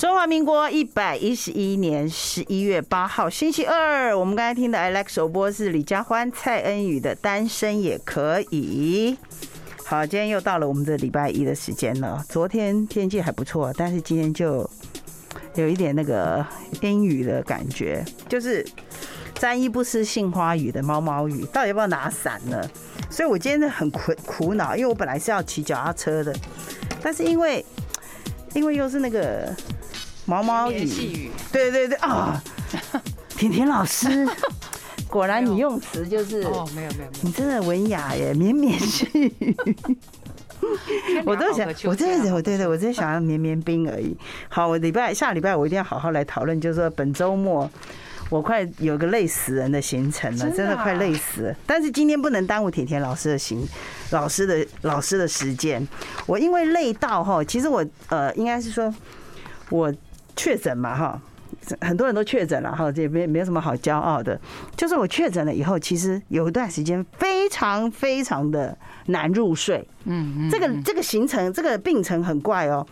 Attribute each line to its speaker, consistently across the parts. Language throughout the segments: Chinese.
Speaker 1: 中华民国一百一十一年十一月八号星期二，我们刚才听的 Alex 首播是李佳欢、蔡恩宇的《单身也可以》。好，今天又到了我们的礼拜一的时间了。昨天天气还不错，但是今天就有一点那个阴雨的感觉，就是沾衣不湿杏花雨的毛毛雨，到底要不要拿伞呢？所以我今天很苦苦恼，因为我本来是要骑脚踏车的，但是因为因为又是那个毛毛
Speaker 2: 连
Speaker 1: 雨，
Speaker 2: 细雨，
Speaker 1: 对对对啊，婷婷老师，果然你用词就是。
Speaker 2: 哦，没有没有没有，
Speaker 1: 你真的文雅耶，绵绵细雨。我都想，
Speaker 2: 啊
Speaker 1: 我真
Speaker 2: 嗯
Speaker 1: 的，我对对，我真的想要绵绵冰而已。好，我礼拜下礼拜我一定要好好来讨论，就是说本周末我快有个累死人的行程了，
Speaker 2: 真的
Speaker 1: 真的快
Speaker 2: 啊
Speaker 1: 累死了。但是今天不能耽误甜甜老师的行，老师的老师的时间。我因为累到哈，其实我呃，应该是说我确诊嘛哈。很多人都确诊了哈，这也没没有什么好骄傲的。就是我确诊了以后，其实有一段时间非常非常的难入睡，
Speaker 2: 嗯嗯，
Speaker 1: 这个
Speaker 2: 嗯
Speaker 1: 这个行程，这个病程很怪哦。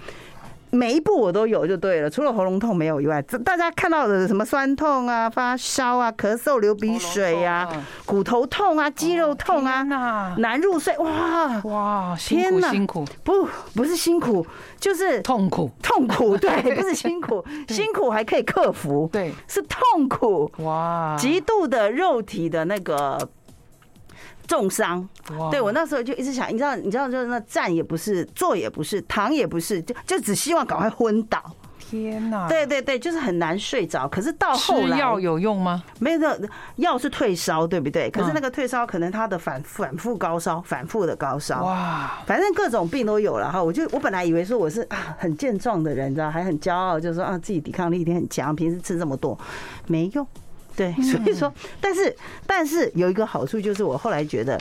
Speaker 1: 每一步我都有就对了，除了喉咙痛没有以外，这大家看到的什么酸痛啊、发烧啊、咳嗽、流鼻水呀、
Speaker 2: 喉咙痛啊哦
Speaker 1: 骨头痛啊、肌肉痛啊、
Speaker 2: 天哪
Speaker 1: 难入睡，哇，
Speaker 2: 哇，辛
Speaker 1: 天
Speaker 2: 苦
Speaker 1: 哪
Speaker 2: 辛苦，
Speaker 1: 不不是辛苦，就是
Speaker 2: 痛苦，
Speaker 1: 痛 苦，对，不是辛苦，辛苦还可以克服，
Speaker 2: 对，
Speaker 1: 是痛苦，
Speaker 2: 哇，
Speaker 1: 极度的肉体的那个重伤。
Speaker 2: 哇
Speaker 1: 对我那时候就一直想，你知道，你知道，就是那站也不是，坐也不是，躺也不是，就就只希望赶快昏倒。
Speaker 2: 天哪，
Speaker 1: 对，对对，就是很难睡着。可是到后
Speaker 2: 啊吃
Speaker 1: 来，
Speaker 2: 药有用吗？
Speaker 1: 没有没有药是退烧，对不对？可是
Speaker 2: 嗯
Speaker 1: 那个退烧可能他的反反复高烧，反复的高烧。
Speaker 2: 哇，
Speaker 1: 反正各种病都有了哈，我就我本来以为说我是啊很健壮的人，你知道，还很骄傲，就是说啊自己抵抗力一定很强，平时吃这么多没用，对，
Speaker 2: 嗯
Speaker 1: 所以说，但是但是有一个好处就是我后来觉得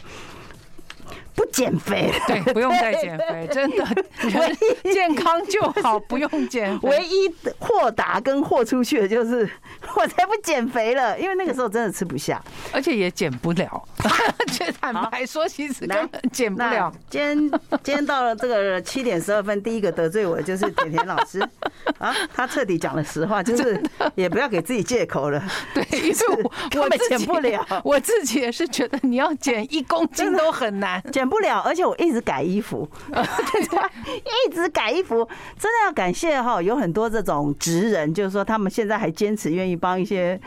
Speaker 1: 不减肥了
Speaker 2: 对，不用再 减肥，真的，人健康就好，不用减肥，
Speaker 1: 唯一的豁达跟豁出去的就是 我才不减肥了，因为那个时候真的吃不下。
Speaker 2: 而且也减不了。 这坦白说，其实根本减不
Speaker 1: 那
Speaker 2: 了。
Speaker 1: 今天今天到了这个七点十二分，第一个得罪我的就是甜甜 老师啊，他彻底讲了实话，就是也不要给自己借口了。
Speaker 2: 对，因为
Speaker 1: 根
Speaker 2: 我我
Speaker 1: 本
Speaker 2: 自己
Speaker 1: 减不了
Speaker 2: 我自己也是觉得你要减一公斤都很难。
Speaker 1: 减不了，而且我一直改衣 服，一直改衣服，真的要感谢哈，有很多这种职人，就是说他们现在还坚持愿意帮一些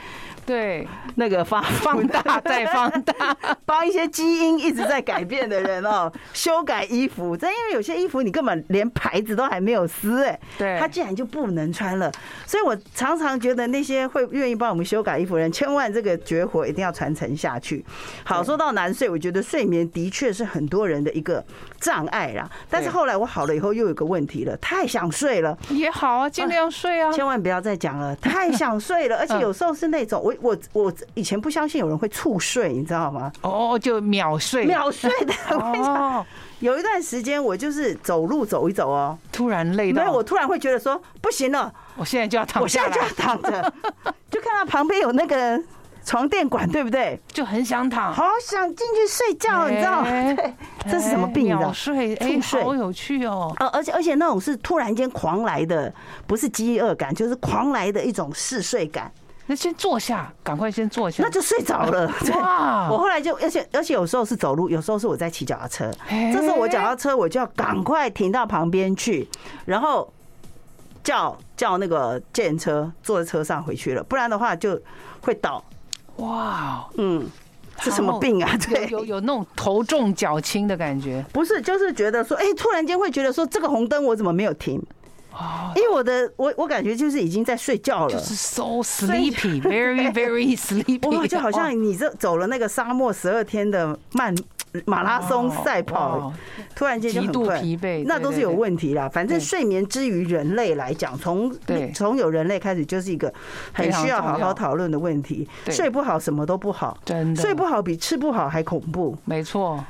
Speaker 2: 对，
Speaker 1: 那个 发
Speaker 2: 放大再放大，
Speaker 1: 帮一些基因一直在改变的人哦， 修改衣服。真因为有些衣服你根本连牌子都还没有撕，哎，
Speaker 2: 对
Speaker 1: 它竟然就不能穿了。所以我常常觉得那些会愿意帮我们修改衣服的人，千万这个绝活一定要传承下去。好，说到难睡，我觉得睡眠的确是很多人的一个障碍啦。但是
Speaker 2: 对
Speaker 1: 后来我好了以后，又有一个问题了，太想睡了。
Speaker 2: 也好啊，尽量 睡啊。
Speaker 1: 千万不要再讲了，太想睡了，而且有时候是那种我我我以前不相信有人会猝睡，你知道吗？
Speaker 2: 哦，就秒睡。
Speaker 1: 秒睡的， 我跟你讲，
Speaker 2: 哦，
Speaker 1: 有一段时间我就是走路走一走哦，
Speaker 2: 突然累
Speaker 1: 没
Speaker 2: 到
Speaker 1: 有，我突然会觉得说不行了，
Speaker 2: 我现在就要躺
Speaker 1: 我现
Speaker 2: 下
Speaker 1: 在就
Speaker 2: 来
Speaker 1: 要，躺着， 就看到旁边有那个床垫馆，对不对？
Speaker 2: 就很想躺。
Speaker 1: 好想进去睡觉，你知道？
Speaker 2: 啊 哎
Speaker 1: 对，这是什么病？你
Speaker 2: 哎
Speaker 1: 知道
Speaker 2: 秒？睡，哎，
Speaker 1: 猝睡
Speaker 2: 好有趣哦。
Speaker 1: 呃，而且而且那种是突然间狂来的，不是饥饿感，就是狂来的一种嗜睡感，
Speaker 2: 那先坐下，赶快先坐下
Speaker 1: 那。就睡着 了。对
Speaker 2: 哇
Speaker 1: 我后来就，而且而且有时候是走路，有时候是我在骑脚踏车。
Speaker 2: 哎
Speaker 1: 这时候我脚踏车，我就要赶快停到旁边去，然后叫叫那个电车坐在车上回去了，不然的话就会倒。
Speaker 2: 哇，
Speaker 1: 嗯，是什么病啊？
Speaker 2: 有
Speaker 1: 对，
Speaker 2: 有有那种头重脚轻的感觉。
Speaker 1: 不是，就是觉得说，哎，突然间会觉得说，这个红灯我怎么没有停？
Speaker 2: 哦，
Speaker 1: 因为我的我我感觉就是已经在睡觉
Speaker 2: 就
Speaker 1: 了。
Speaker 2: 是 so sleepy，very very sleepy，哦
Speaker 1: 哇，就好像你这走了那个沙漠十二天的慢马拉
Speaker 2: 哦
Speaker 1: 松赛跑，
Speaker 2: 哇哇
Speaker 1: 突然间就很
Speaker 2: 极度
Speaker 1: 困
Speaker 2: 疲惫
Speaker 1: 那
Speaker 2: 对
Speaker 1: 都
Speaker 2: 对
Speaker 1: 是有
Speaker 2: 对
Speaker 1: 问题啦。反正
Speaker 2: 对
Speaker 1: 睡眠之于人类来讲，从
Speaker 2: 对
Speaker 1: 从有人类开始就是一个很
Speaker 2: 非常
Speaker 1: 需要好
Speaker 2: 重
Speaker 1: 好
Speaker 2: 要
Speaker 1: 讨论的问题。
Speaker 2: 对
Speaker 1: 睡不好什么都不好，
Speaker 2: 真的
Speaker 1: 睡不好比吃不好还恐怖。
Speaker 2: 没错，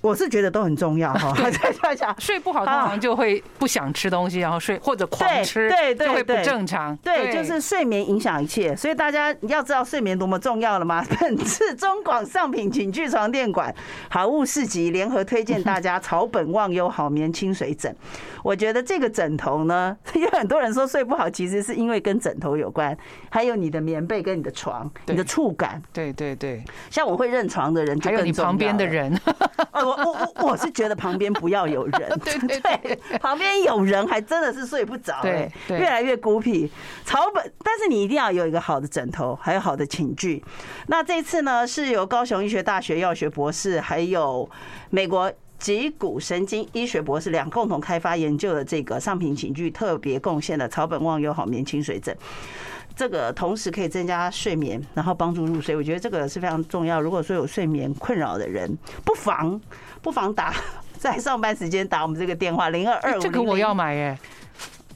Speaker 1: 我是觉得都很重要哈。 再想想，
Speaker 2: 睡不好通
Speaker 1: 啊
Speaker 2: 常就会不想吃东西，然后睡或者狂吃，
Speaker 1: 对对对
Speaker 2: 就会不
Speaker 1: 对
Speaker 2: 正常。
Speaker 1: 对，就是睡眠影响一切，所以大家要知道睡眠多么重要了吗？ 本次中广上品寝具床垫馆好物市集联合推荐大家草本忘忧好眠清水枕。我觉得这个枕头呢， 有很多人说睡不好，其实是因为跟枕头有关，还有你的棉被跟你的床、你的
Speaker 2: 对
Speaker 1: 触感。
Speaker 2: 对对对，
Speaker 1: 像我会认床的人就
Speaker 2: 还
Speaker 1: 更重要了，
Speaker 2: 有你旁边的人，
Speaker 1: 啊，我我我我是觉得旁边不要有人，
Speaker 2: 对对对
Speaker 1: 旁边有人还真的是睡不着、
Speaker 2: 对
Speaker 1: 哎
Speaker 2: 对
Speaker 1: 越来越孤僻。草本，但是你一定要有一个好的枕头，还有好的寝具。那这次呢，是由高雄医学大学药学博士，还有美国。脊骨神经医学博士俩共同开发研究的这个上品寝具特别贡献的草本忘忧好眠清水枕，这个同时可以增加睡眠，然后帮助入睡。我觉得这个是非常重要。如果说有睡眠困扰的人，不妨不妨打在上班时间打我们这个电话零二二五。
Speaker 2: 这个我要，买耶，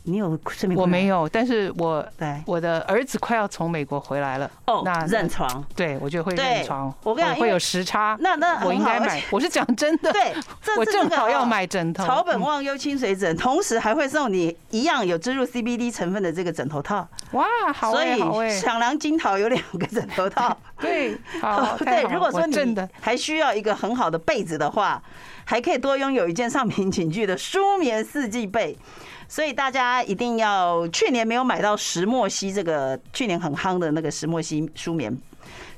Speaker 1: 你有睡眠困扰？
Speaker 2: 我没。有，但是我
Speaker 1: 对
Speaker 2: 我的儿子快要从美国回来了，
Speaker 1: 哦
Speaker 2: 那，
Speaker 1: 认床。
Speaker 2: 对我就会
Speaker 1: 对
Speaker 2: 认床，
Speaker 1: 我跟你讲因
Speaker 2: 会
Speaker 1: 为
Speaker 2: 有时差，
Speaker 1: 那那
Speaker 2: 我应
Speaker 1: 很
Speaker 2: 该
Speaker 1: 好而
Speaker 2: 买
Speaker 1: 且，
Speaker 2: 我是讲真的，
Speaker 1: 对，这
Speaker 2: 我
Speaker 1: 是
Speaker 2: 正
Speaker 1: 这个
Speaker 2: 好要
Speaker 1: 哦
Speaker 2: 买枕头，
Speaker 1: 草本
Speaker 2: 嗯
Speaker 1: 忘忧清水枕，同时还会送你一样有植入 CBD 成分的这个枕头套，
Speaker 2: 哇，好
Speaker 1: 所
Speaker 2: 哎好
Speaker 1: 以
Speaker 2: 哎，
Speaker 1: 响良金桃有两个枕头套。
Speaker 2: 对， 好，太
Speaker 1: 对，
Speaker 2: 好
Speaker 1: 如
Speaker 2: 了
Speaker 1: 果说
Speaker 2: 我真
Speaker 1: 你
Speaker 2: 的
Speaker 1: 还需要一个很好的被子的话，还可以多拥有一件上品寝具的舒眠四季被。所以大家一定要，去年没有买到石墨烯这个去年很夯的那个石墨烯舒眠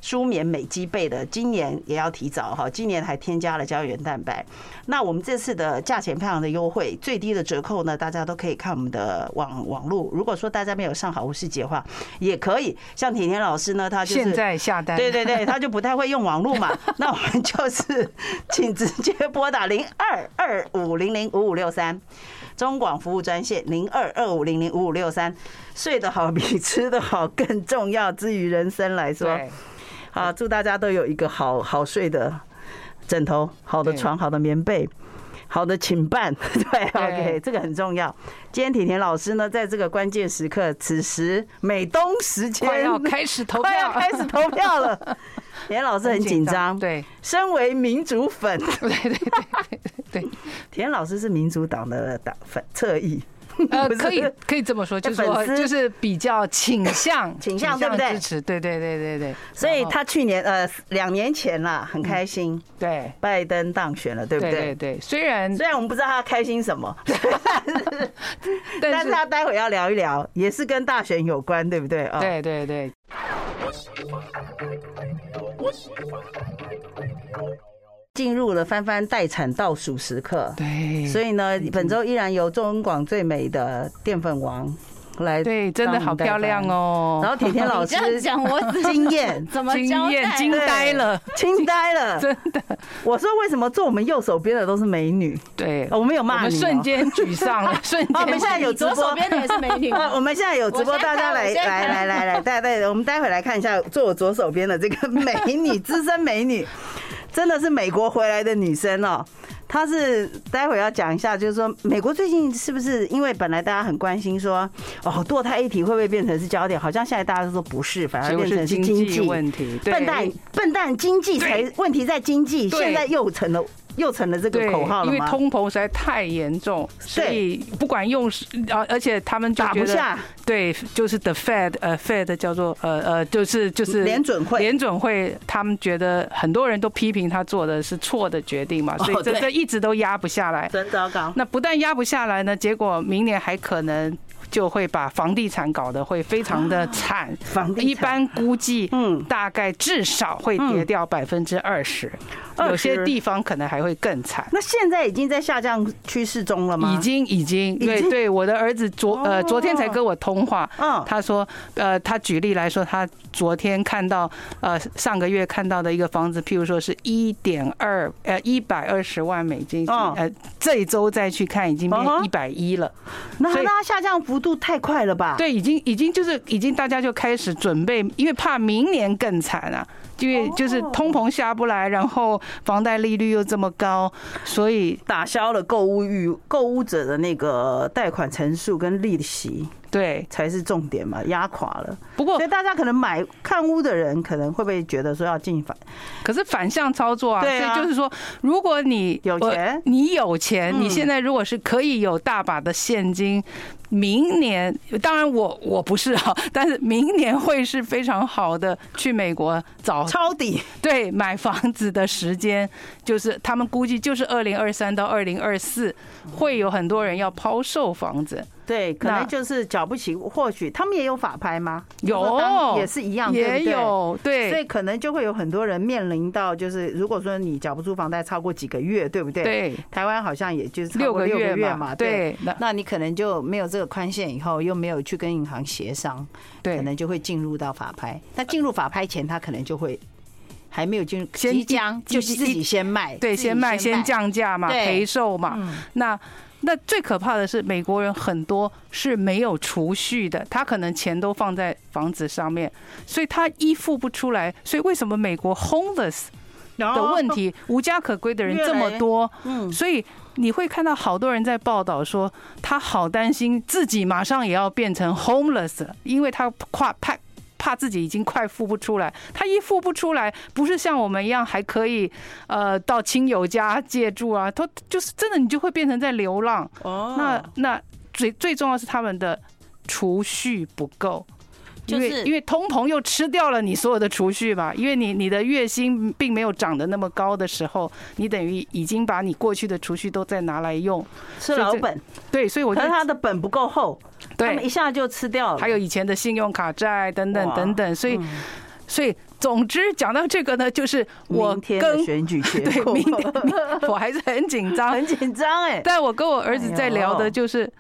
Speaker 1: 舒眠美肌被的，今年也要提早哈，今年还添加了胶原蛋白。那我们这次的价钱非常的优惠，最低的折扣呢，大家都可以看我们的网网络。如果说大家没有上好物世界的话，也可以像甜甜老师呢，他就是
Speaker 2: 现在下单，
Speaker 1: 对对对，他就不太会用网络嘛。 那我们就是请直接拨打零二二五零零五五六三中广服务专线零二二五零零五五六三。睡得好比吃得好更重要。至于人生来说，
Speaker 2: 对，
Speaker 1: 好，祝大家都有一个好好睡的枕头、好的
Speaker 2: 对
Speaker 1: 床、好的棉被。好的请伴， 对，OK，这个很重要。今天甜甜老师呢，在这个关键时刻，此时美东时间
Speaker 2: 快 要开始投
Speaker 1: 快要
Speaker 2: 票，
Speaker 1: 开始投票 了。田老师很紧张，，
Speaker 2: 对
Speaker 1: 身为民主粉，
Speaker 2: 对对对对对，
Speaker 1: 田老师是民主党的党粉侧翼，
Speaker 2: 呃，
Speaker 1: 不是
Speaker 2: 可以可以这么说，就是
Speaker 1: 粉
Speaker 2: 说
Speaker 1: 丝
Speaker 2: 就是比较倾向
Speaker 1: 倾向对不对
Speaker 2: 支持，对对对对对，
Speaker 1: 所以
Speaker 2: 然后
Speaker 1: 他去年呃两年前啦，很开心，
Speaker 2: 对
Speaker 1: 拜登当选了，对不
Speaker 2: 对对
Speaker 1: 对？
Speaker 2: 对，虽然
Speaker 1: 虽然我们不知道他开心什么， 但
Speaker 2: 但
Speaker 1: 是
Speaker 2: 是
Speaker 1: 他待会要聊一聊，也是跟大选有关，对不对？啊，
Speaker 2: 对对对，
Speaker 1: 进入了翻翻待产倒数时刻，
Speaker 2: 对，
Speaker 1: 所以呢，
Speaker 2: 嗯
Speaker 1: 本周依然由中广最美的淀粉王来，
Speaker 2: 对真的好漂亮。哦，
Speaker 1: 然后甜甜老
Speaker 3: 你这样
Speaker 1: 师
Speaker 3: 讲，我怎么
Speaker 1: 惊艳，
Speaker 3: 怎么
Speaker 2: 惊
Speaker 3: 交
Speaker 2: 艳
Speaker 3: 代？啊
Speaker 2: 惊呆了，
Speaker 1: 惊呆了，
Speaker 2: 真
Speaker 1: 的。我说为什么坐我们右手边的都是美女？
Speaker 2: 对，
Speaker 1: 哦我们有
Speaker 2: 我
Speaker 1: 骂
Speaker 2: 们
Speaker 1: 你哦，
Speaker 2: 瞬间沮 丧了，瞬
Speaker 1: 啊我们
Speaker 2: 间
Speaker 1: 现在有直
Speaker 3: 左
Speaker 1: 播，
Speaker 3: 手。边的也是美女
Speaker 1: 啊，我们现在有直播，
Speaker 3: 我先看
Speaker 1: 大家
Speaker 3: 我
Speaker 1: 来
Speaker 3: 先看
Speaker 1: 来来来来，大家对，我们待会来看一下坐我左手边的这个美女，资深美女，真的是美国回来的女生哦。她是待会要讲一下，就是说美国最近是不是因为本来大家很关心说，哦，堕胎议题会不会变成是焦点？好像现在大家都说不是，反而
Speaker 2: 结果
Speaker 1: 变成
Speaker 2: 是
Speaker 1: 是
Speaker 2: 经
Speaker 1: 经
Speaker 2: 济
Speaker 1: 济
Speaker 2: 问题，对
Speaker 1: 笨蛋，笨蛋，经济才
Speaker 2: 对
Speaker 1: 问题在经济，
Speaker 2: 对
Speaker 1: 现在又成了又成了这个
Speaker 2: 对
Speaker 1: 口号了
Speaker 2: 因为
Speaker 1: 吗？
Speaker 2: 通膨实在太严重，所以不管用是，而而且他们就
Speaker 1: 打
Speaker 2: 觉
Speaker 1: 不
Speaker 2: 得
Speaker 1: 下，
Speaker 2: 对，就是 the Fed，呃，Fed 叫做呃呃，就是就是
Speaker 1: 联准会
Speaker 2: 联准会，他们觉得很多人都批评他做的是错的决定嘛，所
Speaker 1: 哦
Speaker 2: 以这
Speaker 1: 对
Speaker 2: 这一直都压不下来。
Speaker 1: 真糟糕。
Speaker 2: 那不但压不下来呢，结果明年还可能就会把房地产搞得会非常的惨。
Speaker 1: 房地产
Speaker 2: 一般估计，
Speaker 1: 啊嗯
Speaker 2: 嗯，大概至少会跌掉百分之二十，有些
Speaker 1: 20
Speaker 2: 地方可能还会更惨。
Speaker 1: 那现在已经在下降趋势中了吗？
Speaker 2: 已，经已经对
Speaker 1: 经
Speaker 2: 对，我的儿子昨呃
Speaker 1: 哦
Speaker 2: 昨天才跟我通话，
Speaker 1: 嗯，
Speaker 2: 他说呃他举例来说，他昨天看到呃上个月看到的一个房子，譬如说是一点二呃一百二十万美金，
Speaker 1: 嗯
Speaker 2: 呃这一周再去看已经
Speaker 1: 嗯哼
Speaker 2: 变一百一了，
Speaker 1: 那
Speaker 2: 所以
Speaker 1: 那下降幅度太快了吧？，
Speaker 2: 对，已经已经就是已经大家就开始准备，因为怕明年更惨啊。因为就是
Speaker 1: 哦
Speaker 2: 通膨下不来，然后房贷利率又这么高，所以
Speaker 1: 打消了购物欲，购物者的那个贷款成数跟利息。
Speaker 2: 对，
Speaker 1: 才是重点嘛，压垮了。
Speaker 2: 不过
Speaker 1: 所以大家可能买看屋的人，可能会不会觉得说要进反
Speaker 2: 可是反向操作啊，
Speaker 1: 对啊
Speaker 2: 所以就是说，如果你
Speaker 1: 有
Speaker 2: 我
Speaker 1: 钱
Speaker 2: 你有钱，
Speaker 1: 嗯
Speaker 2: 你现在如果是可以有大把的现金，明年当然我我不是啊， 但是明年会是非常好的去美国找
Speaker 1: 抄底？
Speaker 2: 对买房子的时间，就是他们估计就是二零二三到二零二四会有很多人要抛售房子，
Speaker 1: 对，可
Speaker 2: 那
Speaker 1: 能就是缴不起，或许他们也有法拍吗？
Speaker 2: 有
Speaker 1: 就是当也是一样，对不
Speaker 2: 也
Speaker 1: 对。
Speaker 2: 有对
Speaker 1: 所以可能就会有很多人面临到，就是如果说你缴不出房贷超过几个月，对不对？。
Speaker 2: 对
Speaker 1: 台湾好像也就是超
Speaker 2: 六
Speaker 1: 过
Speaker 2: 个
Speaker 1: 六个
Speaker 2: 月
Speaker 1: 月
Speaker 2: 嘛，
Speaker 1: 嘛，。
Speaker 2: 对那
Speaker 1: 那你可能就没有这个宽限，以后又没有去跟银行协商，可
Speaker 2: 对。
Speaker 1: 能就会进入到法拍。那进入法拍前，他可能就会还没有进入，
Speaker 2: 先
Speaker 1: 即将
Speaker 2: 即
Speaker 1: 就
Speaker 2: 即
Speaker 1: 自己先卖，
Speaker 2: 对，
Speaker 1: 自己
Speaker 2: 先卖先。降价嘛，
Speaker 1: 对
Speaker 2: 陪售嘛。
Speaker 1: 嗯
Speaker 2: 那那最可怕的是，美国人很多是没有储蓄的，他可能钱都放在房子上面，所以他依附不出来。所以为什么美国 homeless 的问，题、无家可归的人
Speaker 1: 哦越来
Speaker 2: 这么多？
Speaker 1: 嗯，
Speaker 2: 所以你会看到好多人在报道说，他好担心自己马上也要变成 homeless，了因为他怕怕怕自己已经快付不出来。他一付不出来，不是像我们一样还可以呃到亲友家借住啊，他就是真的你就会变成在流浪。
Speaker 1: 哦
Speaker 2: 那那最最重要是他们的储蓄不够。因为
Speaker 1: 就是
Speaker 2: 因为通膨又吃掉了你所有的储蓄嘛，因为你你的月薪并没有涨得那么高的时候，你等于已经把你过去的储蓄都再拿来用，
Speaker 1: 吃老本，
Speaker 2: 对，所以我
Speaker 1: 可
Speaker 2: 觉
Speaker 1: 是
Speaker 2: 得
Speaker 1: 他的本不够厚，他们
Speaker 2: 对
Speaker 1: 一，下就吃掉了。
Speaker 2: 还有以前的信用卡债等等
Speaker 1: 哇
Speaker 2: 等等，所以
Speaker 1: 嗯
Speaker 2: 所以总之讲到这个呢，就是我
Speaker 1: 明天的
Speaker 2: 跟
Speaker 1: 选举结
Speaker 2: 对
Speaker 1: 果，
Speaker 2: 明天 我还是很紧张，
Speaker 1: 很紧张哎。
Speaker 2: 但我跟我儿子在
Speaker 1: 哎
Speaker 2: 聊
Speaker 1: 呦
Speaker 2: 的就是，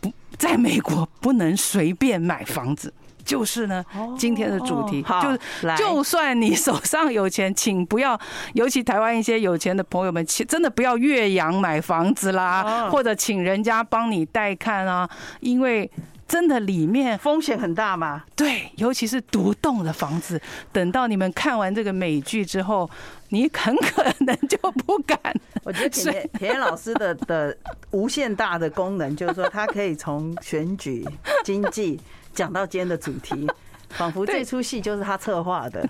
Speaker 2: 不在美国不能随便买房子，就是呢，今天的主题
Speaker 1: 哦好
Speaker 2: 就是。
Speaker 1: 来
Speaker 2: 就算你手上有钱，请不要，尤其台湾一些有钱的朋友们，请真的不要越洋买房子啦，
Speaker 1: 哦
Speaker 2: 或者请人家帮你带看啊，因为真的里面
Speaker 1: 风险很大嘛，
Speaker 2: 对，尤其是独栋的房子，等到你们看完这个美剧之后，你很可能就不敢。
Speaker 1: 我觉得
Speaker 2: 所
Speaker 1: 田 野田野老师的的无限大的功能，就是说他可以从选举、经济讲到今天的主题，仿佛这
Speaker 2: 对
Speaker 1: 出戏就是他策划 的。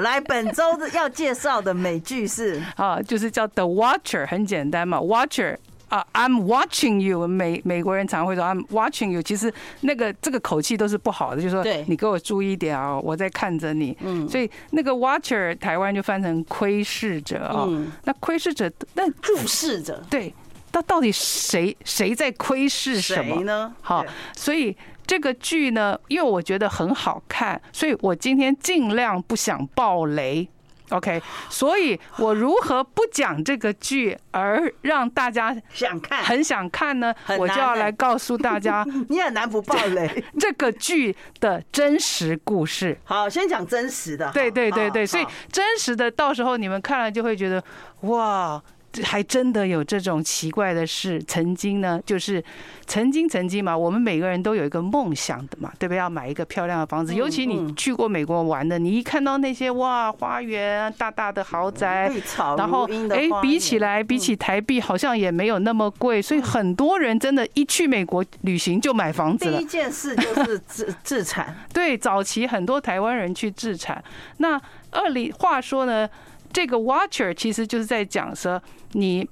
Speaker 1: 来，本周的要介绍的美剧是
Speaker 2: 啊，就是叫 The Watcher，很简单嘛，Watcher。啊、i m watching you。美美国人常会说 I'm watching you，其实那个这个口气都是不好的，就是说
Speaker 1: 对
Speaker 2: 你给我注意一点啊、我在看着你。
Speaker 1: 嗯
Speaker 2: 所以那个 watcher 台湾就翻成窥视者啊、
Speaker 1: 嗯
Speaker 2: 那窥视者，那
Speaker 1: 注视着
Speaker 2: 对，那到底谁谁在窥视什么
Speaker 1: 谁？呢？
Speaker 2: 好
Speaker 1: 对，
Speaker 2: 所以这个剧呢，因为我觉得很好看，所以我今天尽量不想爆雷。OK，所以我如何不讲这个剧而让大家
Speaker 1: 想看，
Speaker 2: 很想看呢？
Speaker 1: 很难
Speaker 2: 我就要
Speaker 1: 欸
Speaker 2: 来告诉大家
Speaker 1: 你很难不爆 雷。
Speaker 2: 这个剧的真实故事。
Speaker 1: 好，先讲真实的。
Speaker 2: 对对对
Speaker 1: 好
Speaker 2: 对，所以
Speaker 1: 好
Speaker 2: 真实的到时候你们看了就会觉得，哇，这还真的有这种奇怪的事。曾经呢，就是曾经曾经嘛，我们每个人都有一个梦想的嘛，对不对？要买一个漂亮的房子，
Speaker 1: 嗯
Speaker 2: 尤其你
Speaker 1: 嗯
Speaker 2: 去过美国玩的，你一看到那些哇花园啊、大大的豪宅。
Speaker 1: 绿草
Speaker 2: 然
Speaker 1: 嗯
Speaker 2: 后
Speaker 1: 如茵，的
Speaker 2: 哎，
Speaker 1: 花
Speaker 2: 比起
Speaker 1: 园嗯
Speaker 2: 来，比起台币好像也没有那么贵，所以很多人真的，一去美国旅行就买房子
Speaker 1: 第
Speaker 2: 了
Speaker 1: 一。件事就是自自产，
Speaker 2: 对，早期很多台湾人去自产。那二里话说呢，这个 Watcher 其实就是在讲说，你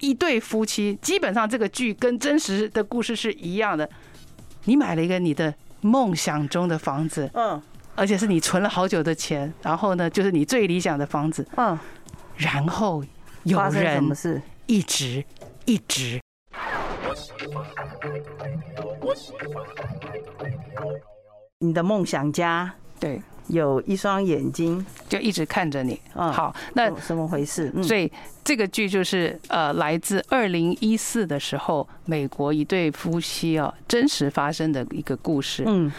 Speaker 2: 一对夫妻，基本上这个剧跟真实的故事是一样的。你买了一个你的梦想中的房子，
Speaker 1: 嗯
Speaker 2: 而且是你存了好久的钱，然后呢，就是你最理想的房子，
Speaker 1: 嗯，
Speaker 2: 然后有
Speaker 1: 发生什么
Speaker 2: 人
Speaker 1: 事？
Speaker 2: 一直一直。
Speaker 1: 你的梦想家
Speaker 2: 对，
Speaker 1: 有一双眼睛，
Speaker 2: 就一直看着你。
Speaker 1: 嗯，
Speaker 2: 好，那
Speaker 1: 怎么回事？嗯
Speaker 2: 所以这个剧就是呃，来自二零一四的时候，美国一对夫妻啊，真实发生的一个故事。
Speaker 1: 嗯，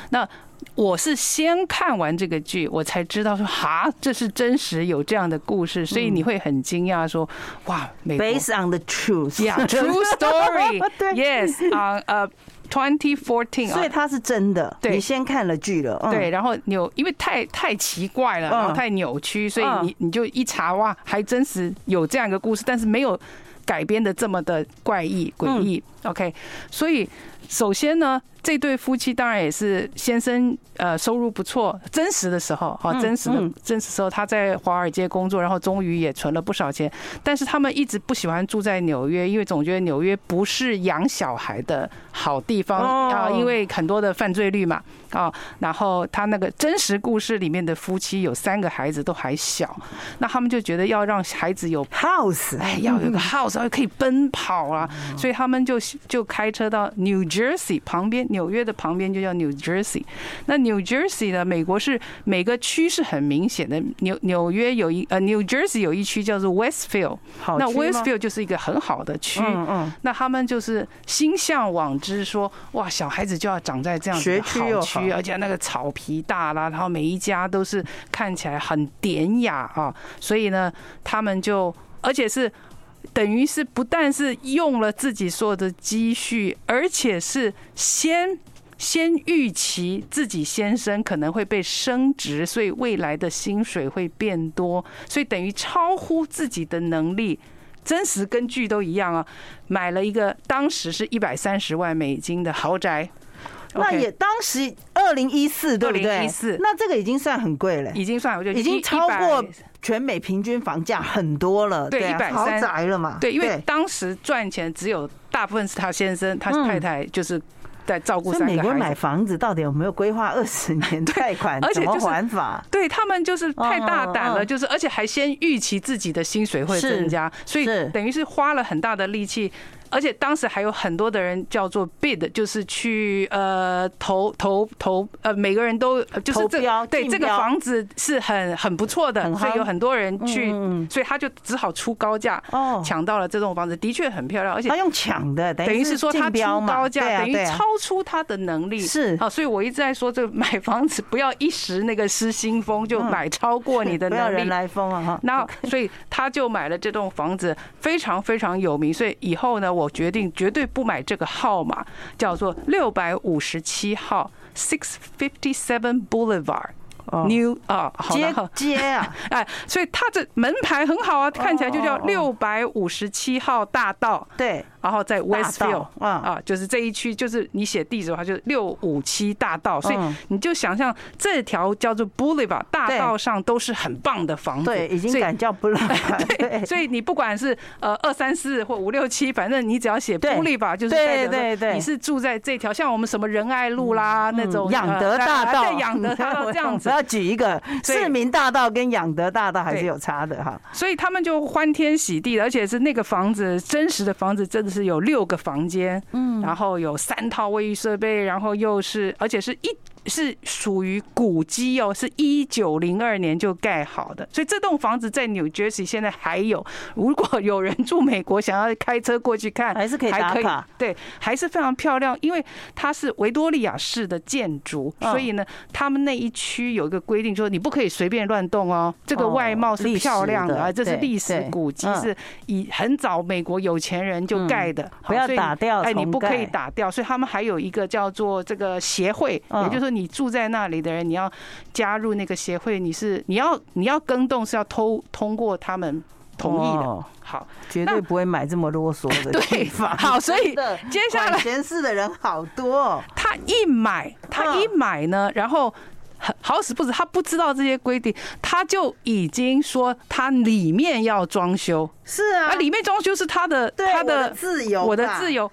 Speaker 2: 我是先看完这个剧，我才知道说，哈，这是真实有这样的故事，所以你会很惊讶说，哇，美国
Speaker 1: 嗯 Based on the truth，
Speaker 2: 嗯 Yeah, true story.
Speaker 1: 对
Speaker 2: yes, on 呃 twenty fourteen 啊
Speaker 1: 所以它是真的。
Speaker 2: 对
Speaker 1: 你先看了剧了，嗯
Speaker 2: 对，，然后扭，因为太太奇怪了，
Speaker 1: 嗯
Speaker 2: 然后太扭曲，所以
Speaker 1: 嗯
Speaker 2: 你你就一查哇，还真实有这样一个故事，但是没有改编的这么的怪异诡异。OK，所以首先呢，这对夫妻当然也是先生呃收入不错，真实的时候啊，
Speaker 1: 嗯
Speaker 2: 真实的、
Speaker 1: 嗯
Speaker 2: 真实时候他在华尔街工作，然后终于也存了不少钱，但是他们一直不喜欢住在纽约，因为总觉得纽约不是养小孩的好地方
Speaker 1: 哦
Speaker 2: 啊、因为很多的犯罪率嘛啊、然后他那个真实故事里面的夫妻有三个孩子都还小，那他们就觉得要让孩子有
Speaker 1: House，
Speaker 2: 哎，要有一个 house，然后可以奔跑啊，所以他们就就开车到 New Jersey 旁边，纽约的旁边就叫 New Jersey。那 New Jersey 呢，美国是每个区是很明显的，纽纽约有一呃 New Jersey 有一区叫做 Westfield，
Speaker 1: 好
Speaker 2: 那
Speaker 1: 区吗
Speaker 2: Westfield 就是一个很好的区。
Speaker 1: 嗯嗯，
Speaker 2: 那他们就是心向往之说，哇，小孩子就要长在这样子的
Speaker 1: 学区又好
Speaker 2: 好区，而且那个草皮大啦，然后每一家都是看起来很典雅啊，所以呢，他们就而且是等于是不但是用了自己所有的积蓄，而且是先。先预期自己先生可能会被升职，所以未来的薪水会变多，所以等于超乎自己的能力，真实跟剧都一样啊。买了一个当时是一百三十万美金的豪宅，
Speaker 1: 那
Speaker 2: OK，
Speaker 1: 也当时二零一四对不对？
Speaker 2: 2014
Speaker 1: 那这个已经算很贵了，
Speaker 2: 已经算我就
Speaker 1: 已经
Speaker 2: 一
Speaker 1: 超过
Speaker 2: 100
Speaker 1: 全美平均房价很多了，
Speaker 2: 对
Speaker 1: 啊
Speaker 2: 130
Speaker 1: 豪宅了嘛，
Speaker 2: 对，因为当时赚钱只有大部分是他先生，他
Speaker 1: 嗯
Speaker 2: 太太就是在照顾
Speaker 1: 所以
Speaker 2: 三
Speaker 1: 美
Speaker 2: 个
Speaker 1: 国人
Speaker 2: 孩
Speaker 1: 买
Speaker 2: 子。
Speaker 1: 房子到底有没有规划二十年贷款？
Speaker 2: 而且
Speaker 1: 怎么
Speaker 2: 就是
Speaker 1: 还法？
Speaker 2: 对他们就是太大胆
Speaker 1: 嗯嗯
Speaker 2: 了，
Speaker 1: 嗯
Speaker 2: 就是而且还先预期自己的薪水会
Speaker 1: 是
Speaker 2: 增加，所以
Speaker 1: 是
Speaker 2: 等于是花了很大的力气，而且当时还有很多的人叫做 bid，就是去呃投投投呃每个人都就是
Speaker 1: 投
Speaker 2: 这
Speaker 1: 标
Speaker 2: 对
Speaker 1: 竞
Speaker 2: 这个
Speaker 1: 标
Speaker 2: 房子是很很不错
Speaker 1: 很
Speaker 2: 的，所以
Speaker 1: 夯
Speaker 2: 有很多人去，
Speaker 1: 嗯嗯
Speaker 2: 所以他就只好出高价
Speaker 1: 哦，
Speaker 2: 抢到了这栋房子，的确很漂亮，而且
Speaker 1: 他用抢的，等
Speaker 2: 等于是说他
Speaker 1: 哎竞
Speaker 2: 出
Speaker 1: 标嘛，
Speaker 2: 高
Speaker 1: 对
Speaker 2: 价，
Speaker 1: 啊
Speaker 2: 等于
Speaker 1: 对啊
Speaker 2: 超出他的能力
Speaker 1: 是
Speaker 2: 啊，所以我一直在说，这个买房子不要一时那个失心疯，就
Speaker 1: 嗯
Speaker 2: 买超过你的
Speaker 1: 不要
Speaker 2: 能
Speaker 1: 人
Speaker 2: 力。
Speaker 1: 来疯啊！哈，
Speaker 2: 那所以他就买了这栋房子，非常非常有名。所以以后呢，我决定绝对不买这个号码，叫做六百五十七号 Six Fifty Seven Boulevard
Speaker 1: 哦
Speaker 2: New 啊，好的
Speaker 1: 接
Speaker 2: 好
Speaker 1: 接 啊，
Speaker 2: 哎，所以它这门牌很好啊，看起来就叫
Speaker 1: 哦哦
Speaker 2: 六百五十七号大道。
Speaker 1: 对，
Speaker 2: 然后在 Westfield
Speaker 1: 嗯
Speaker 2: 啊，就是这一区，就是你写地址的话，就是六五七大道，所以
Speaker 1: 嗯
Speaker 2: 你就想象这条叫做 Boulevard 大道上都是很棒的房子，
Speaker 1: 对，已经
Speaker 2: 嗯所以
Speaker 1: 敢叫不了了，对，
Speaker 2: 所以你不管是呃二三四或五六七，反正你只要写
Speaker 1: 对
Speaker 2: Boulevard，就是
Speaker 1: 对
Speaker 2: 代表
Speaker 1: 对
Speaker 2: 说
Speaker 1: 对
Speaker 2: 你是住在这条，像我们什么仁爱路啦那种
Speaker 1: 嗯养德大
Speaker 2: 呃
Speaker 1: 道，
Speaker 2: 对养德大道
Speaker 1: 我
Speaker 2: 这 样子
Speaker 1: 我，要举一个
Speaker 2: 对
Speaker 1: 市民大道跟养德大道还是
Speaker 2: 对
Speaker 1: 有差的哈。
Speaker 2: 所以他们就欢天喜地的，而且是那个房子真实的房子，真的是有六个房间，嗯，然后有三套卫浴设备，然后又是而且是一。是属于古迹哦，是一九零二年就盖好的，所以这栋房子在 New Jersey 现在还有。如果有人住美国，想要开车过去看，
Speaker 1: 还是可以打卡
Speaker 2: 对，还是非常漂亮，因为它是维多利亚式的建筑，
Speaker 1: 嗯
Speaker 2: 所以呢，他们那一区有一个规定，就是你不可以随便乱动哦。这个
Speaker 1: 哦
Speaker 2: 外貌是
Speaker 1: 历史
Speaker 2: 漂亮
Speaker 1: 的
Speaker 2: 的，啊，这是
Speaker 1: 对
Speaker 2: 历史
Speaker 1: 对
Speaker 2: 古迹
Speaker 1: 嗯，
Speaker 2: 是以很早美国有钱人就盖的，好
Speaker 1: 不要
Speaker 2: 所以
Speaker 1: 打掉
Speaker 2: 哎，你
Speaker 1: 重
Speaker 2: 不可
Speaker 1: 盖
Speaker 2: 以打掉，所以他们还有一个叫做这个协会，
Speaker 1: 嗯
Speaker 2: 也就是说你住在那里的人，你要加入那个协会，你是你要你要更动是要偷通过他们同意的。
Speaker 1: 哦，
Speaker 2: 好，
Speaker 1: 绝对不会买这么啰嗦的地
Speaker 2: 对
Speaker 1: 方。
Speaker 2: 好所以
Speaker 1: 真 的
Speaker 2: 接下来
Speaker 1: 管闲事的人好多哦，
Speaker 2: 他一买，他一买
Speaker 1: 嗯
Speaker 2: 呢，然后很好死不死，他不知道这些规定，他就已经说他里面要装修，
Speaker 1: 是啊
Speaker 2: 啊，，里面装修是他的
Speaker 1: 对
Speaker 2: 他
Speaker 1: 我的自由，嗯
Speaker 2: 我的自。由。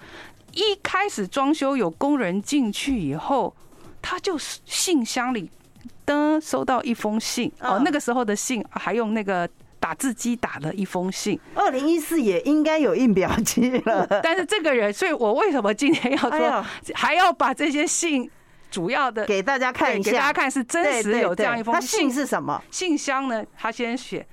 Speaker 2: 一开始装修有工人进去以后，他就是信箱里噔收到一封信哦
Speaker 1: 嗯，
Speaker 2: 那个时候的信还用那个打字机打了一封信，
Speaker 1: 二零一四也应该有印表机了，
Speaker 2: 但是这个人，所以我为什么今天要
Speaker 1: 嗯哎呦
Speaker 2: 说还要把这些信主要的
Speaker 1: 给大家看
Speaker 2: 对
Speaker 1: 一
Speaker 2: 给大家
Speaker 1: 下，
Speaker 2: 看是真
Speaker 1: 对
Speaker 2: 实
Speaker 1: 对
Speaker 2: 有这样
Speaker 1: 对
Speaker 2: 一封
Speaker 1: 他信是什么？
Speaker 2: 信箱呢，他先写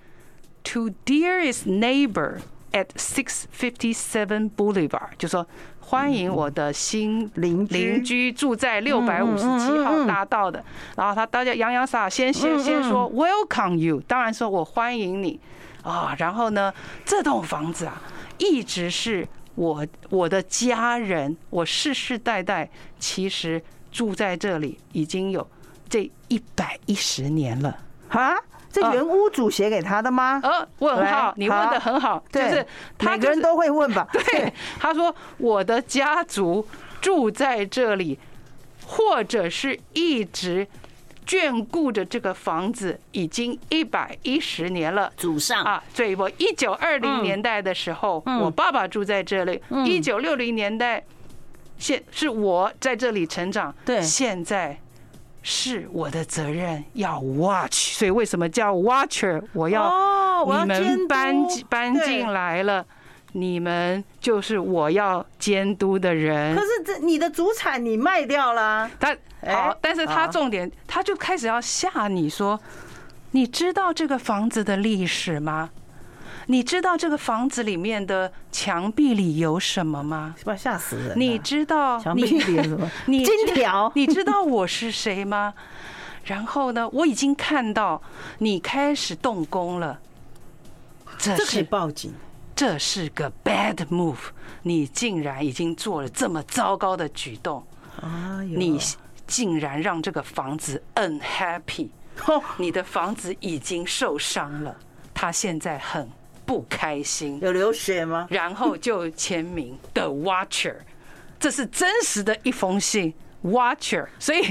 Speaker 2: To dearest neighbor at six fifty seven Boulevard，就说欢迎我的新
Speaker 1: 邻居
Speaker 2: 邻居嗯住在六百五十七号大道的。然后他大家洋洋洒洒先
Speaker 1: 嗯
Speaker 2: 先
Speaker 1: 嗯
Speaker 2: 先说 Welcome you，当然说我欢迎你啊、然后呢，这栋房子啊，一直是我我的家人，我世世代代其实住在这里已经有这一百一十年了。
Speaker 1: 啊，这
Speaker 2: 啊
Speaker 1: 原屋主写给他的吗？
Speaker 2: 呃，问
Speaker 1: 来
Speaker 2: 号，你问
Speaker 1: 好
Speaker 2: 的很好，就
Speaker 1: 对
Speaker 2: 是他
Speaker 1: 每个
Speaker 2: 就
Speaker 1: 人
Speaker 2: 是
Speaker 1: 都会问吧？
Speaker 2: 对，他说我的家族住在这里，或者是一直眷顾着这个房子，已经一百一十年了。
Speaker 3: 祖上
Speaker 2: 啊，所以我一九二零年代的时候，
Speaker 3: 嗯
Speaker 2: 我爸爸住在这里。一九六零年代，现是我在这里成长。
Speaker 3: 对
Speaker 2: 现在是我的责任要 watch，所以为什么叫 watcher？我要、
Speaker 1: 哦，我要
Speaker 2: 你
Speaker 1: 监督
Speaker 2: 们搬进搬
Speaker 1: 对
Speaker 2: 进来了，你们就是我要监督的人
Speaker 1: 可。是这你的主产你卖掉了，
Speaker 2: 他
Speaker 1: 哎
Speaker 2: 好，但是他
Speaker 1: 好
Speaker 2: 重点，他就开始要吓你说，你知道这个房子的历史吗？你知道这个房子里面的墙壁里有什么吗？
Speaker 1: 是吧？吓死人了！
Speaker 2: 你知道
Speaker 1: 墙壁
Speaker 2: 你
Speaker 1: 里有什么
Speaker 2: 你知
Speaker 1: 金条
Speaker 2: 你知道我是谁吗？然后呢，我已经看到你开始动工了。这
Speaker 1: 这可以
Speaker 2: 是
Speaker 1: 报警，
Speaker 2: 这是个 bad move，你竟然已经做了这么糟糕的举动，
Speaker 1: 哎呦
Speaker 2: 你竟然让这个房子 unhappy，
Speaker 1: 哦
Speaker 2: 你的房子已经受伤了，他现在很不开心，
Speaker 1: 有流血吗？
Speaker 2: 然后就签名 The Watcher，这是真实的一封信 Watcher，所以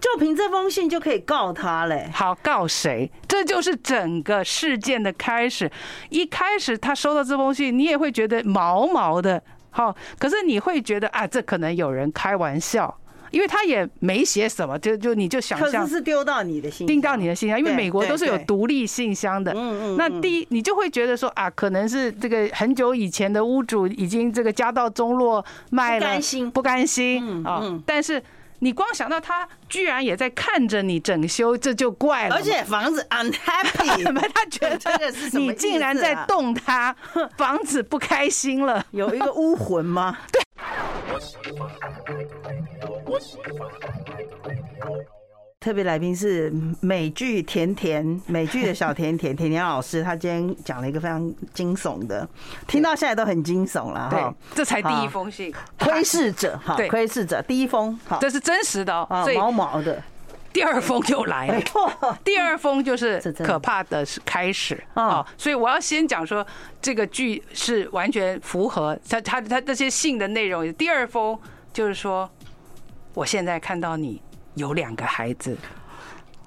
Speaker 1: 就凭这封信就可以告他嘞。
Speaker 2: 好告谁？这就是整个事件的开始。一开始他收到这封信，你也会觉得毛毛的，好、可是你会觉得啊，这可能有人开玩笑，因为他也没写什么，就就你就想
Speaker 1: 可
Speaker 2: 象
Speaker 1: 是是丢到你的信，
Speaker 2: 叮到你的信箱，因为
Speaker 1: 对
Speaker 2: 美国都是有
Speaker 1: 对对
Speaker 2: 独立信箱的。
Speaker 1: 嗯嗯
Speaker 2: 那第一，你就会觉得说啊，可能是这个很久以前的屋主已经这个家道中落，卖了
Speaker 1: 不甘心
Speaker 2: 不甘心啊
Speaker 1: 嗯。
Speaker 2: 但是你光想到他居然也在看着你整修，这就怪了嘛。
Speaker 1: 而且房子 unhappy，
Speaker 2: 怎么他觉
Speaker 1: 这个是
Speaker 2: 得
Speaker 1: 什么
Speaker 2: 你竟然
Speaker 1: 意思啊
Speaker 2: 在动 他，房子不开心了。
Speaker 1: 有一个巫魂 吗？对。特别来宾是美剧甜甜，美剧的小甜甜甜甜老师，她今天讲了一个非常惊悚的，听到现在都很惊悚了
Speaker 2: 对
Speaker 1: 哈。，
Speaker 2: 这才第
Speaker 1: 好
Speaker 2: 一封信，
Speaker 1: 窥视者哈，
Speaker 2: 对
Speaker 1: 窥视者第一封好
Speaker 2: 这是真实的哦
Speaker 1: 啊，，
Speaker 2: 所以
Speaker 1: 毛毛的，
Speaker 2: 第二封就来了
Speaker 1: 哎。呦
Speaker 2: 第二封就是
Speaker 1: 嗯这真的
Speaker 2: 可怕的是开始
Speaker 1: 哦
Speaker 2: 啊，所以我要先讲说这个剧是完全符合他他他这些信的内容。第二封就是说，我现在看到你有两个孩子，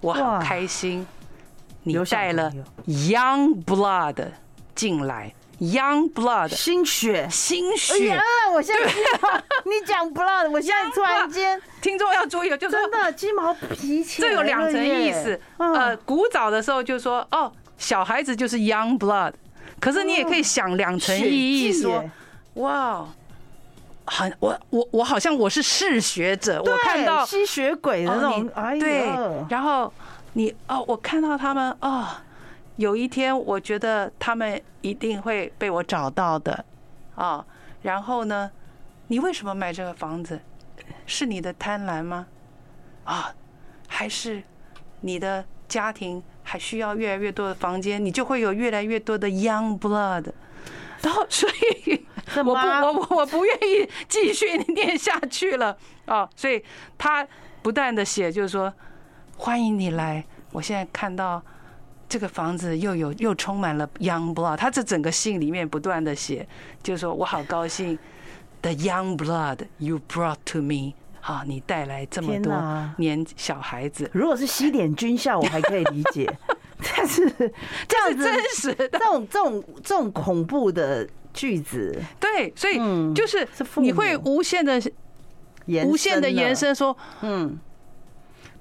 Speaker 2: 我好
Speaker 1: 哇
Speaker 2: 开心，你
Speaker 1: 有小
Speaker 2: 带了
Speaker 1: 朋友
Speaker 2: young blood 进来，young blood
Speaker 1: 心血，
Speaker 2: 心
Speaker 1: 哎
Speaker 2: 血
Speaker 1: 呀，，我现在知道 你讲不落，我现在突然间
Speaker 2: 听众要注意了， 哦就是说
Speaker 1: 真的鸡毛脾气，
Speaker 2: 这有两层意思。
Speaker 1: 嗯
Speaker 2: 呃，，古早的时候就说哦，小孩子就是 young blood，可是你也可以想两层意义说，哇，很我我我好像我是嗜血者，我看到
Speaker 1: 吸血鬼的那
Speaker 2: 哦
Speaker 1: 种
Speaker 2: 你，
Speaker 1: 哎
Speaker 2: 对
Speaker 1: 呀，，
Speaker 2: 然后你哦，我看到他们哦，有一天我觉得他们一定会被我找到的啊、然后呢，你为什么买这个房子？是你的贪婪吗？啊、还是你的家庭还需要越来越多的房间，你就会有越来越多的 young blood。然后，所以
Speaker 1: 这
Speaker 2: 我不，
Speaker 1: 妈
Speaker 2: 我我我不愿意继续念下去了啊！所以他不断的写，就是说欢迎你来。我现在看到这个房子又有又充满了 young blood，他这整个信里面不断的写，就是说我好高兴，the young blood you brought to me，好、你带来这么
Speaker 1: 天
Speaker 2: 多
Speaker 1: 哪
Speaker 2: 年小孩子，
Speaker 1: 如果是西点军校，我还可以理 解，但是这样
Speaker 2: 是
Speaker 1: 子，
Speaker 2: 真实的
Speaker 1: 这。种这种这种恐怖的句子，
Speaker 2: 对，所以
Speaker 1: 嗯
Speaker 2: 就是
Speaker 1: 是父母
Speaker 2: 你会无限的、
Speaker 1: 延
Speaker 2: 无限的
Speaker 1: 了
Speaker 2: 延，伸说，
Speaker 1: 嗯，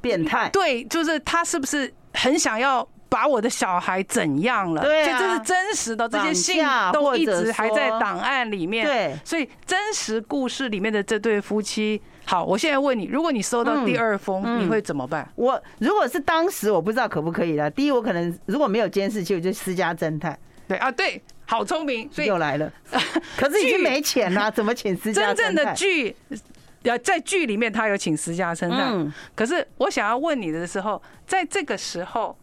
Speaker 1: 变态，
Speaker 2: 对，就是他是不是很想要把我的小孩怎样了？
Speaker 1: 对啊
Speaker 2: 所以这是真实的，这些信
Speaker 1: 绑架
Speaker 2: 都一
Speaker 1: 或者
Speaker 2: 直
Speaker 1: 说
Speaker 2: 还在档案里面。
Speaker 1: 对
Speaker 2: 所以真实故事里面的这对夫妻，好，我现在问你，如果你收到第二封，
Speaker 1: 嗯
Speaker 2: 你会怎么办？
Speaker 1: 我如果是当时，我不知道可不可以啦。第一，我可能如果没有监视器，我就私家侦探
Speaker 2: 对啊，对，好聪明，所以
Speaker 1: 又来了。可是已经没钱啦，怎么请私家
Speaker 2: 真
Speaker 1: 侦探？
Speaker 2: 正的剧，呃，在剧里面他有请私家侦探，
Speaker 1: 嗯
Speaker 2: 可是我想要问你的时候，在这个时候，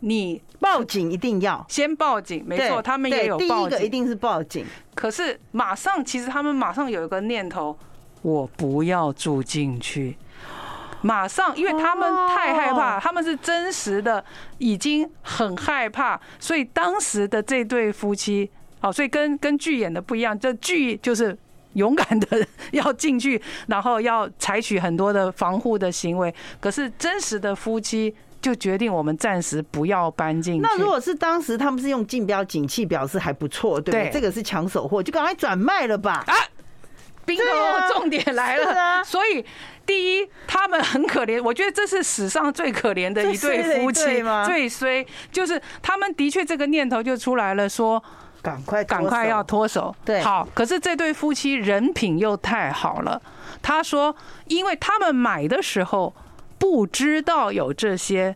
Speaker 2: 你
Speaker 1: 报警一定要，
Speaker 2: 先报警，没
Speaker 1: 对
Speaker 2: 错，他们也
Speaker 1: 对
Speaker 2: 有
Speaker 1: 第
Speaker 2: 报
Speaker 1: 一个一
Speaker 2: 警。
Speaker 1: 定是报警，
Speaker 2: 可是马上，其实他们马上有一个念头，我不要住进去。马上，因为他们太害怕，
Speaker 1: 哦
Speaker 2: 他们是真实的，已经很害怕，所以当时的这对夫妻，哦，所以跟跟剧演的不一样，这剧就是勇敢的要进去，然后要采取很多的防护的行为。可是真实的夫妻就决定我们暂时不要搬进去。
Speaker 1: 那如果是当时他们是用竞标景气表示还不错，对不对？
Speaker 2: 对
Speaker 1: 这个是抢手货，就赶快转卖了吧。
Speaker 2: 啊，bingo，、
Speaker 1: 对啊
Speaker 2: 重点来了。
Speaker 1: 是啊
Speaker 2: 所以第一，他们很可怜，我觉得这是史上最可怜的一对
Speaker 1: 最衰的一
Speaker 2: 夫妻
Speaker 1: 对吗，
Speaker 2: 最衰就是他们的确这个念头就出来了，说
Speaker 1: 赶快脱
Speaker 2: 赶
Speaker 1: 手
Speaker 2: 快要脱手。
Speaker 1: 对
Speaker 2: 好，可是这对夫妻人品又太好了。他说，因为他们买的时候不知道有这些。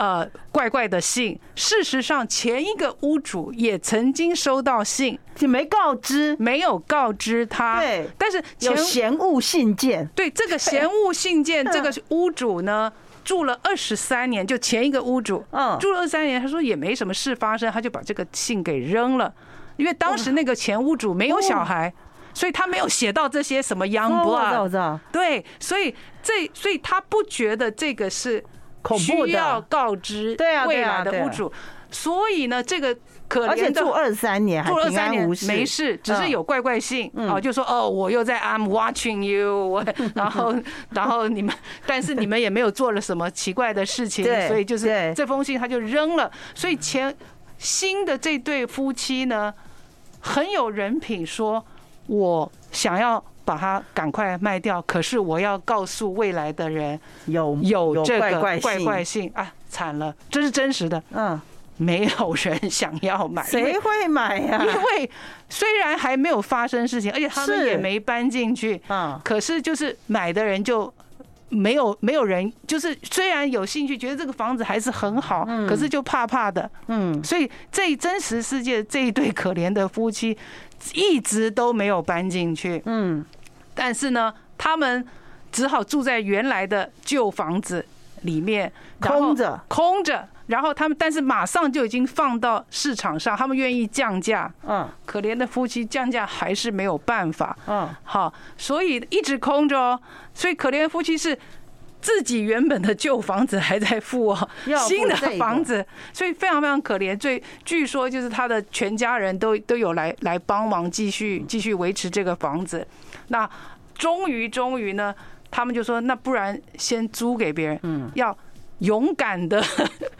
Speaker 2: 呃，怪怪的信。事实上，前一个屋主也曾经收到信，
Speaker 1: 你没告知，
Speaker 2: 没有告知他。
Speaker 1: 对
Speaker 2: 但是前
Speaker 1: 有嫌恶信件，
Speaker 2: 对这个嫌恶信件，
Speaker 1: 嗯
Speaker 2: 这个屋主呢住了二十三年，就前一个屋主
Speaker 1: 嗯，
Speaker 2: 住了二三年，他说也没什么事发生，他就把这个信给扔了，因为当时那个前屋主没有小孩，所以他没有写到这些什么 young
Speaker 1: 哦我知道，我
Speaker 2: blood。
Speaker 1: 知道，
Speaker 2: 对，所以这所以他不觉得这个是
Speaker 1: 恐怖
Speaker 2: 需要
Speaker 1: 的，
Speaker 2: 告知
Speaker 1: 对啊对啊
Speaker 2: 未来
Speaker 1: 对
Speaker 2: 的
Speaker 1: 啊
Speaker 2: 屋主，所以呢，这个可
Speaker 1: 而且
Speaker 2: 怜的
Speaker 1: 住二三年还
Speaker 2: 住了
Speaker 1: 啊平
Speaker 2: 三
Speaker 1: 安
Speaker 2: 年
Speaker 1: 无事，嗯
Speaker 2: 没事，只是有怪怪性哦，就说哦，我又在 I'm watching you，我 然后然后你们，但是你们也没有做了什么奇怪的事情
Speaker 1: 对，
Speaker 2: 所以就是
Speaker 1: 对
Speaker 2: 这封信他就扔了。所以前新的这对夫妻呢，很有人品，说我想要。把它赶快卖掉，可是我要告诉未来的人
Speaker 1: 有
Speaker 2: 有这
Speaker 1: 怪
Speaker 2: 个
Speaker 1: 怪
Speaker 2: 怪
Speaker 1: 信
Speaker 2: 怪性啊，惨了，这是真实的，
Speaker 1: 嗯，
Speaker 2: 没有人想要买，因为
Speaker 1: 谁会买啊呀？
Speaker 2: 因为虽然还没有发生事情，而且他们
Speaker 1: 是
Speaker 2: 也没搬进去，
Speaker 1: 啊，
Speaker 2: 可是就是买的人就没有没有人，就是虽然有兴趣，觉得这个房子还是很好，可是就怕怕的。
Speaker 1: 嗯，
Speaker 2: 所以这真实世界这一对可怜的夫妻一直都没有搬进去，
Speaker 1: 嗯，
Speaker 2: 但是呢，他们只好住在原来的旧房子里面，然后
Speaker 1: 空着，
Speaker 2: 空着。然后他们，但是马上就已经放到市场上，他们愿意降价，
Speaker 1: 嗯
Speaker 2: 可怜的夫妻降价还是没有办法，
Speaker 1: 嗯，
Speaker 2: 好，所以一直空着哦。所以可怜的夫妻是自己原本的旧房子还在付哦，
Speaker 1: 要付
Speaker 2: 新的
Speaker 1: 这个
Speaker 2: 房子，所以非常非常可怜。最据说就是他的全家人都都有来来帮忙继续继续维持这个房子。那终于终于呢，他们就说那不然先租给别人，嗯，要勇敢的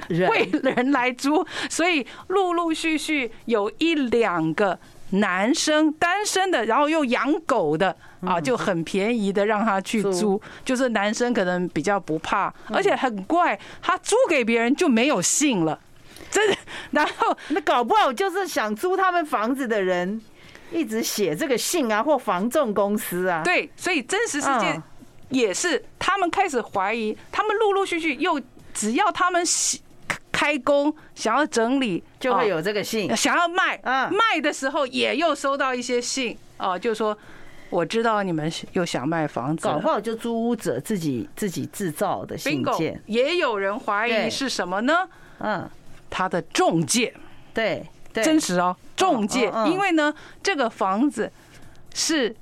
Speaker 1: 人
Speaker 2: 为人来租，所以陆陆续续有一两个男生单身的，然后又养狗的啊，就很便宜的让他去
Speaker 1: 嗯租
Speaker 2: 租，就是男生可能比较不怕，而且很怪，他租给别人就没有信了，真的。 然后
Speaker 1: 那搞不好就是想租他们房子的人一直写这个信啊，或房仲公司啊，
Speaker 2: 对，所以真实世界
Speaker 1: 嗯
Speaker 2: 也是他们开始怀疑，他们陆陆续续又只要他们喜开工想要整理，
Speaker 1: 就
Speaker 2: 啊
Speaker 1: 会有这个信。
Speaker 2: 想要卖，
Speaker 1: 嗯
Speaker 2: 卖的时候也又收到一些信哦、就说我知道你们又想卖房子
Speaker 1: 搞
Speaker 2: 了
Speaker 1: 不好就租屋者自己自己制造的信
Speaker 2: ，bingo，
Speaker 1: 件，
Speaker 2: 也有人怀
Speaker 1: 对
Speaker 2: 疑是什么呢？
Speaker 1: 嗯，
Speaker 2: 他的中介，
Speaker 1: 对对，
Speaker 2: 真实哦，中介
Speaker 1: 嗯，嗯
Speaker 2: 因为呢，这个房子是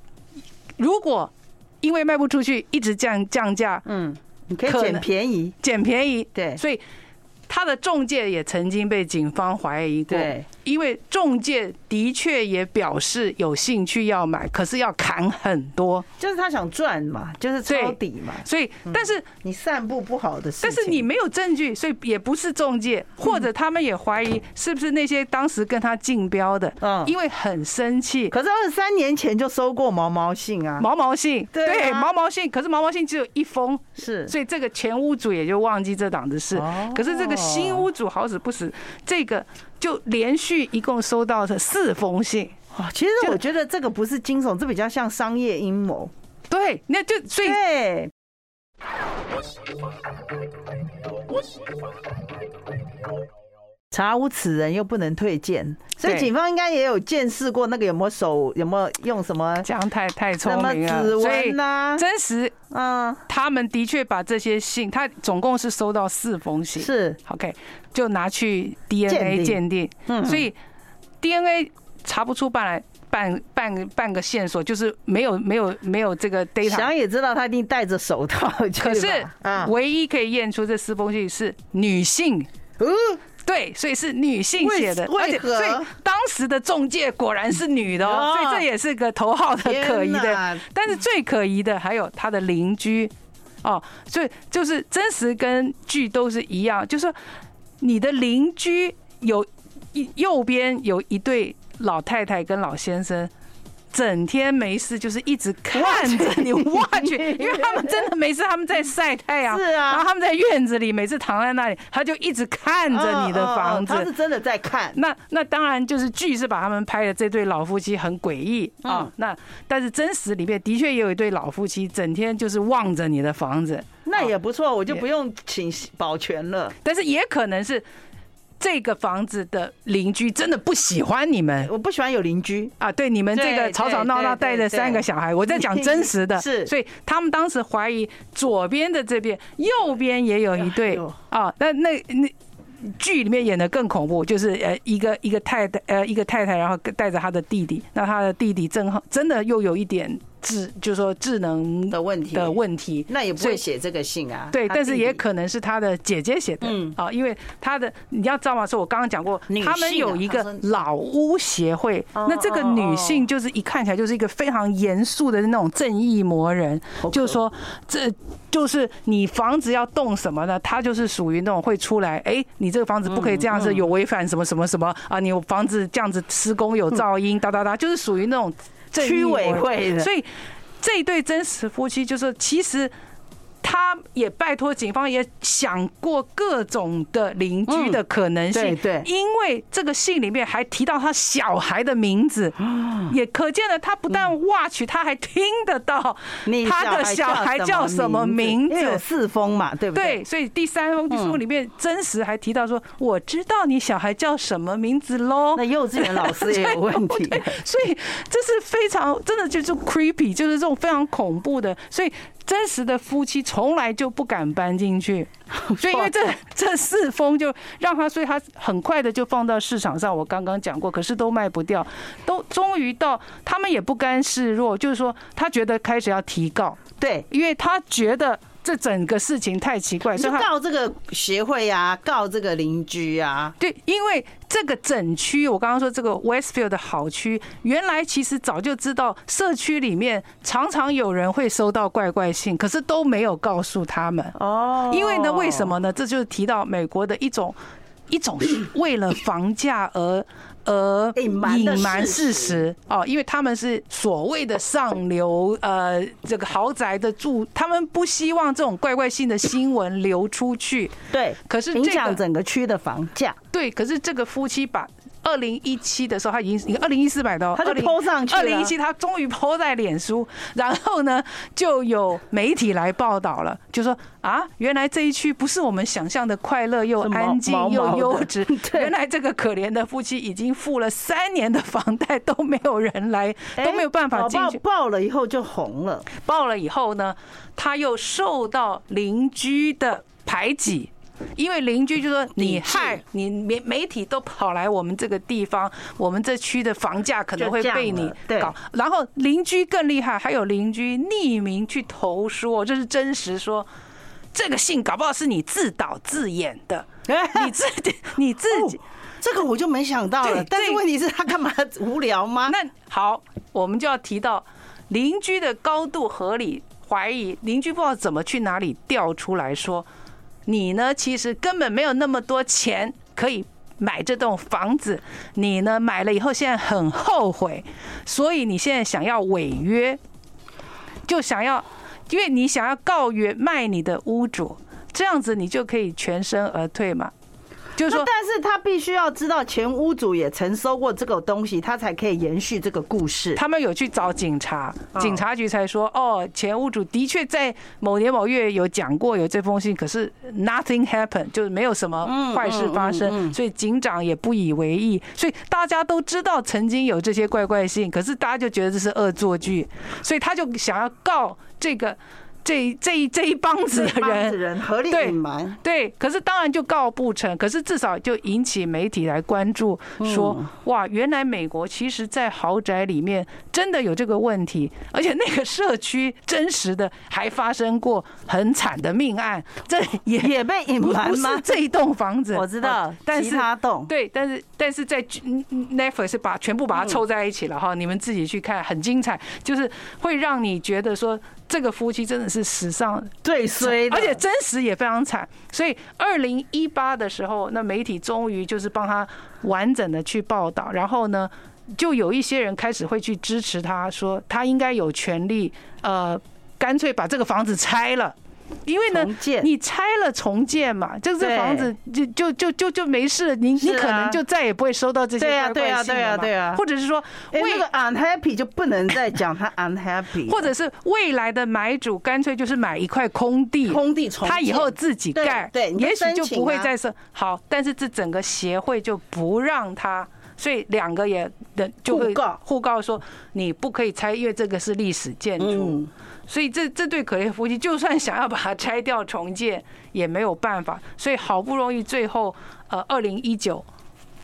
Speaker 2: 如果因为卖不出去，一直降降价，
Speaker 1: 嗯，你可以
Speaker 2: 可
Speaker 1: 捡
Speaker 2: 能
Speaker 1: 便宜，
Speaker 2: 捡便宜，
Speaker 1: 对
Speaker 2: 所以他的中介也曾经被警方怀疑过，
Speaker 1: 对，
Speaker 2: 因为中介的确也表示有兴趣要买，可是要砍很多，
Speaker 1: 就是他想赚嘛，就是抄底嘛，
Speaker 2: 所以
Speaker 1: 嗯
Speaker 2: 但是、
Speaker 1: 你散布不好的事情，
Speaker 2: 但是你没有证据，所以也不是中
Speaker 1: 嗯
Speaker 2: 介，或者他们也怀疑是不是那些当时跟他竞标的，
Speaker 1: 嗯
Speaker 2: 因为很生气。
Speaker 1: 可是二三年前就收过毛毛信啊，
Speaker 2: 毛毛信，
Speaker 1: 对啊
Speaker 2: 毛毛信，可是毛毛信只有一封，
Speaker 1: 是
Speaker 2: 所以这个前屋主也就忘记这档子事
Speaker 1: 哦。
Speaker 2: 可是这个新屋主好死不死，这个就连续一共收到了四封信。
Speaker 1: 哦，其实
Speaker 2: 就
Speaker 1: 我觉得这个不是惊悚，这比较像商业阴谋。
Speaker 2: 对，那就所以
Speaker 1: 对，查无此人又不能退件，所以
Speaker 2: 对
Speaker 1: 警方应该也有见识过那个有没有手有没有用什么
Speaker 2: 这样太太
Speaker 1: 什
Speaker 2: 聪
Speaker 1: 么
Speaker 2: 明啊
Speaker 1: 指
Speaker 2: 了。所以
Speaker 1: 纹啊呐、
Speaker 2: 真实，
Speaker 1: 嗯，
Speaker 2: 他们的确把这些信，他总共是收到四封信。
Speaker 1: 是
Speaker 2: OK，就拿去
Speaker 1: 鉴定
Speaker 2: DNA 鉴定，
Speaker 1: 嗯
Speaker 2: 所以 DNA 查不出半来半半半个线索，就是没有没有没有这个 data。
Speaker 1: 想也知道他一定戴着手套去吧。
Speaker 2: 可是
Speaker 1: 啊，
Speaker 2: 唯一可以验出这四封信是女性
Speaker 1: 嗯，
Speaker 2: 对，所以是女性
Speaker 1: 为
Speaker 2: 写的，
Speaker 1: 为
Speaker 2: 而且
Speaker 1: 何
Speaker 2: 所以当时的中介果然是女的哦，
Speaker 1: 哦
Speaker 2: 所以这也是个头号的可疑
Speaker 1: 天
Speaker 2: 的
Speaker 1: 哪。
Speaker 2: 但是最可疑的还有他的邻居哦，所以就是真实跟剧都是一样，就是说你的邻居有一右边有一对老太太跟老先生。整天没事，就是一直看着 你 watch，因为他们真的没事，他们在晒太阳，
Speaker 1: 是啊
Speaker 2: 然后他们在院子里每次躺在那里，他就一直看着你的房子，
Speaker 1: 嗯嗯嗯他是真的在看，
Speaker 2: 那那当然就是剧是把他们拍的这对老夫妻很诡异啊，
Speaker 1: 嗯
Speaker 2: 那但是真实里面的确也有一对老夫妻，整天就是望着你的房子，
Speaker 1: 那也不错，我就
Speaker 2: 也
Speaker 1: 不用请保全了。
Speaker 2: 但是也可能是这个房子的邻居真的不喜欢你们。
Speaker 1: 我不喜欢有邻居，
Speaker 2: 啊，对你们这
Speaker 1: 对
Speaker 2: 个
Speaker 1: 对
Speaker 2: 吵吵闹闹
Speaker 1: 对对
Speaker 2: 带着三个
Speaker 1: 对
Speaker 2: 小孩，我在讲真实 的，
Speaker 1: 是
Speaker 2: 所以他们当时怀疑左边的这边，右边也有一
Speaker 1: 哎
Speaker 2: 对
Speaker 1: 呦
Speaker 2: 啊，那那那。剧里面演的更恐怖，就是呃一个一个太太呃一个太太，然后带着她的弟弟，那她的弟弟正好真的又有一点智，就是说智能
Speaker 1: 的问题
Speaker 2: 的问题，
Speaker 1: 那也不
Speaker 2: 所
Speaker 1: 会
Speaker 2: 以
Speaker 1: 写这个信啊。
Speaker 2: 对，
Speaker 1: 他
Speaker 2: 但是
Speaker 1: 弟弟
Speaker 2: 也可能是他的姐姐写的，
Speaker 1: 嗯
Speaker 2: 啊，因为他的你要知道吗？是我刚刚讲过
Speaker 1: 女，性啊
Speaker 2: 他们有一
Speaker 1: 她说哦
Speaker 2: 个老屋协会，那这个女性就是一看起来就是一个非常严肃的那种正义魔人
Speaker 1: 好，可
Speaker 2: 就是说这就是你房子要动什么呢？她就是属于那种会出来，哎，你这个房子不可以这
Speaker 1: 嗯
Speaker 2: 样子，有违反什么什么什么啊，你房子这样子施工有噪音，哒哒哒，就是属于那种正义
Speaker 1: 区
Speaker 2: 魔
Speaker 1: 委
Speaker 2: 人
Speaker 1: 嗯会的，
Speaker 2: 所以这一对真实夫妻就是，其实他也拜托警方也想过各种的邻居的可能性，
Speaker 1: 嗯对对
Speaker 2: 因为这个信里面还提到他小孩的名 字，
Speaker 1: 嗯
Speaker 2: 也可见了他不但挖取，他还听得到
Speaker 1: 你
Speaker 2: 他的小孩叫什么名
Speaker 1: 因为有
Speaker 2: 字。
Speaker 1: 四封嘛，对不对？嗯
Speaker 2: 对，所以第三封书里面真实还提到说，我知道你小孩叫什么名字喽。
Speaker 1: 那幼稚园老师 也有问题，
Speaker 2: 所以这是非常真的就是 creepy，就是这种非常恐怖的，所以。真实的夫妻从来就不敢搬进去，所以因为这这四封就让他，所以他很快的就放到市场上。我刚刚讲过，可是都卖不掉，都终于到他们也不甘示弱，就是说他觉得开始要提告，
Speaker 1: 对。
Speaker 2: 因为他觉得这整个事情太奇怪，所
Speaker 1: 就
Speaker 2: 以他
Speaker 1: 告这个协会啊，告这个邻居啊，
Speaker 2: 对，因为这个整区，我刚刚说这个 Westfield 的好区，原来其实早就知道，社区里面常常有人会收到怪怪信，可是都没有告诉他们。
Speaker 1: 哦
Speaker 2: 因为呢，为什？么呢？这就是提到美国的一种一种为了房价而而
Speaker 1: 隐瞒的
Speaker 2: 隐瞒
Speaker 1: 事实
Speaker 2: 事实哦，因为他们是所谓的上流呃这个豪宅的住，他们不希望这种怪怪性的新闻流出去。
Speaker 1: 对，
Speaker 2: 可是这
Speaker 1: 影
Speaker 2: 个
Speaker 1: 响整个区的房价，
Speaker 2: 对，可是这个夫妻把二零一七的时候，他已经二零一四买到，
Speaker 1: 他就 po 上去了
Speaker 2: 二零一七他终于 po 在脸书，然后呢，就有媒体来报道了，就说啊，原来这一区不是我们想象的快乐又
Speaker 1: 是毛
Speaker 2: 安静
Speaker 1: 毛毛
Speaker 2: 又
Speaker 1: 的，
Speaker 2: 优质
Speaker 1: 对
Speaker 2: 原来这个可怜的夫妻已经付了三年的房贷都没有人来，都没有办法
Speaker 1: 哎
Speaker 2: 进
Speaker 1: 搞
Speaker 2: 去
Speaker 1: 不。好爆了以后就红了，
Speaker 2: 报了以后呢，他又受到邻居的排挤。因为邻居就说你害你媒媒体都跑来我们这个地方，我们这区的房价可能会被
Speaker 1: 就降
Speaker 2: 你
Speaker 1: 了对
Speaker 2: 搞。然后邻居更厉害，还有邻居匿名去投诉哦，这是真实说，这个信搞不好是你自导自演的，你自己你自己
Speaker 1: 哎哦。这个我就没想到了
Speaker 2: 对。
Speaker 1: 但是
Speaker 2: 对
Speaker 1: 问题是，他干嘛无聊吗？
Speaker 2: 那好，我们就要提到邻居的高度合理怀疑，邻居不知道怎么去哪里调出来说，你呢其实根本没有那么多钱可以。买这栋房子，你呢买了以后现在很后悔，所以你现在想要违约，就想要，因为你想要告原卖你的屋主，这样子你就可以全身而退嘛。就是
Speaker 1: 那
Speaker 2: 说，
Speaker 1: 但是他必须要知道前屋主也曾收过这个东西，他才可以延续这个故事。
Speaker 2: 他们有去找警察，警察局才说，哦，前屋主的确在某年某月有讲过有这封信，可是 nothing happened，就是没有什么坏事发生，所以警长也不以为意，所以大家都知道曾经有这些怪怪信，可是大家就觉得这是恶作剧，所以他就想要告这个。这这一这一帮子的人
Speaker 1: 子，人合力
Speaker 2: 对
Speaker 1: 隐瞒，
Speaker 2: 对，可是当然就告不成，可是至少就引起媒体来关注说，
Speaker 1: 嗯
Speaker 2: 哇，原来美国其实在豪宅里面真的有这个问题，而且那个社区真实的还发生过很惨的命案，这也
Speaker 1: 也被隐
Speaker 2: 不
Speaker 1: 瞒
Speaker 2: 不
Speaker 1: 吗
Speaker 2: 是？这一栋房子，
Speaker 1: 我知道
Speaker 2: 哦，但
Speaker 1: 其
Speaker 2: 是
Speaker 1: 他栋
Speaker 2: 对，但是但是在剧嗯嗯 Netflix 是把全部把它凑在一起
Speaker 1: 嗯
Speaker 2: 了哈，你们自己去看，很精彩，就是会让你觉得说这个夫妻真的是史上
Speaker 1: 最衰的，
Speaker 2: 而且真实也非常惨。所以二零一八的时候，那媒体终于就是帮他完整的去报道，然后呢，就有一些人开始会去支持他，说他应该有权利，呃，干脆把这个房子拆了。因为呢
Speaker 1: 重建，
Speaker 2: 你拆了重建嘛，这
Speaker 1: 对
Speaker 2: 这房子就就就就就没事了，你
Speaker 1: 是
Speaker 2: 你
Speaker 1: 啊
Speaker 2: 可能就再也不会收到这些
Speaker 1: 对啊
Speaker 2: 怪怪信
Speaker 1: 对啊
Speaker 2: 了嘛
Speaker 1: 对啊对啊
Speaker 2: 或者是说，
Speaker 1: 哎，
Speaker 2: 为
Speaker 1: 那个 unhappy 就不能再讲他 unhappy，
Speaker 2: 或者是未来的买主干脆就是买一块空地，
Speaker 1: 空地重建，
Speaker 2: 他以后自己盖，
Speaker 1: 对对你就
Speaker 2: 也许
Speaker 1: 申
Speaker 2: 就
Speaker 1: 请啊
Speaker 2: 不会再是好，但是这整个协会就不让他。所以两个也人就会
Speaker 1: 互告
Speaker 2: 互告说你不可以拆，因为这个是历史建筑。
Speaker 1: 嗯，
Speaker 2: 所以这这对可怜夫妻，就算想要把它拆掉重建也没有办法。所以好不容易最后呃，二零一九，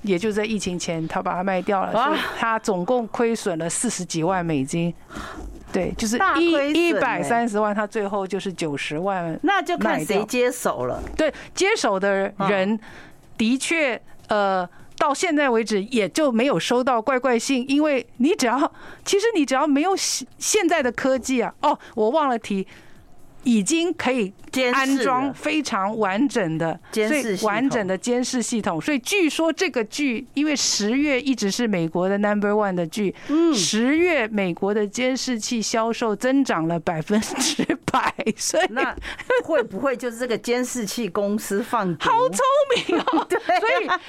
Speaker 2: 也就在疫情前，他把它卖掉了。
Speaker 1: 哇
Speaker 2: 所以他总共亏损了四十几万美金，对，就是
Speaker 1: 大亏损
Speaker 2: 一一
Speaker 1: 欸
Speaker 2: 百三十万，他最后就是九十万
Speaker 1: 那就看
Speaker 2: 卖
Speaker 1: 谁
Speaker 2: 掉
Speaker 1: 接手了。
Speaker 2: 对，接手的人
Speaker 1: 啊
Speaker 2: 的确，呃，到现在为止也就没有收到怪怪信，因为你只要，其实你只要没有现现在的科技啊，哦，我忘了提。已经可以
Speaker 1: 监视
Speaker 2: 安装
Speaker 1: 了
Speaker 2: 非常完整的
Speaker 1: 监视
Speaker 2: 所以
Speaker 1: 系统
Speaker 2: 完整的监视系统，所以据说这个剧，因为十月一直是美国的 number one 的剧，
Speaker 1: 嗯
Speaker 2: 十月美国的监视器销售增长了百分之百，所以
Speaker 1: 那会不会就是这个监视器公司放毒？啊
Speaker 2: 好聪 明哦！所以哦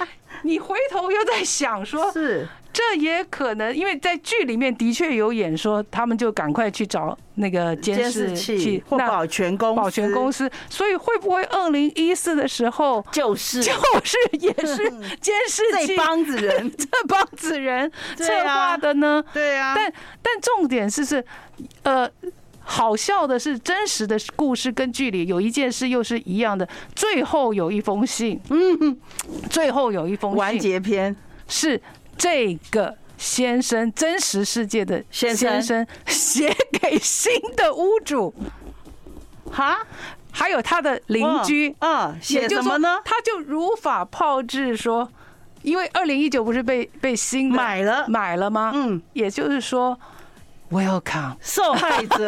Speaker 2: 你回头又在想说，
Speaker 1: 是
Speaker 2: 这也可能，因为在剧里面的确有演说，他们就赶快去找那个监
Speaker 1: 监
Speaker 2: 视
Speaker 1: 视器
Speaker 2: 器，
Speaker 1: 或
Speaker 2: 那
Speaker 1: 保全公司
Speaker 2: 保全公
Speaker 1: 司
Speaker 2: 司，所以会不会二零一四的时候
Speaker 1: 就是嗯
Speaker 2: 就是 也是监视
Speaker 1: 这
Speaker 2: 器。
Speaker 1: 帮子人
Speaker 2: 这帮子人策
Speaker 1: 对啊
Speaker 2: 划的呢？
Speaker 1: 对啊，
Speaker 2: 但但重点是是，呃，好笑的是真实的故事跟剧里有一件事又是一样的。最后有一封信，嗯，最后有一封
Speaker 1: 完
Speaker 2: 信
Speaker 1: 结篇
Speaker 2: 是这个。先生，真实世界的
Speaker 1: 先生
Speaker 2: 生写给新的屋主，
Speaker 1: 哈，
Speaker 2: 还有他的邻居，
Speaker 1: 啊，写
Speaker 2: 也就
Speaker 1: 什
Speaker 2: 是说
Speaker 1: 么呢？
Speaker 2: 他就如法炮制说，因为二零一九不是被被新的
Speaker 1: 买了，
Speaker 2: 买了吗？
Speaker 1: 嗯，
Speaker 2: 也就是说，welcome
Speaker 1: 受 害者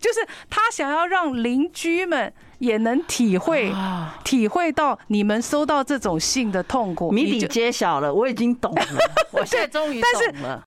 Speaker 2: 就是他想要让邻居们也能体会。
Speaker 1: 啊，
Speaker 2: 体会到你们收到这种信的痛苦，
Speaker 1: 谜
Speaker 2: 你
Speaker 1: 底
Speaker 2: 就
Speaker 1: 揭晓了，我已经懂了，我现在终于
Speaker 2: 但是
Speaker 1: 懂了。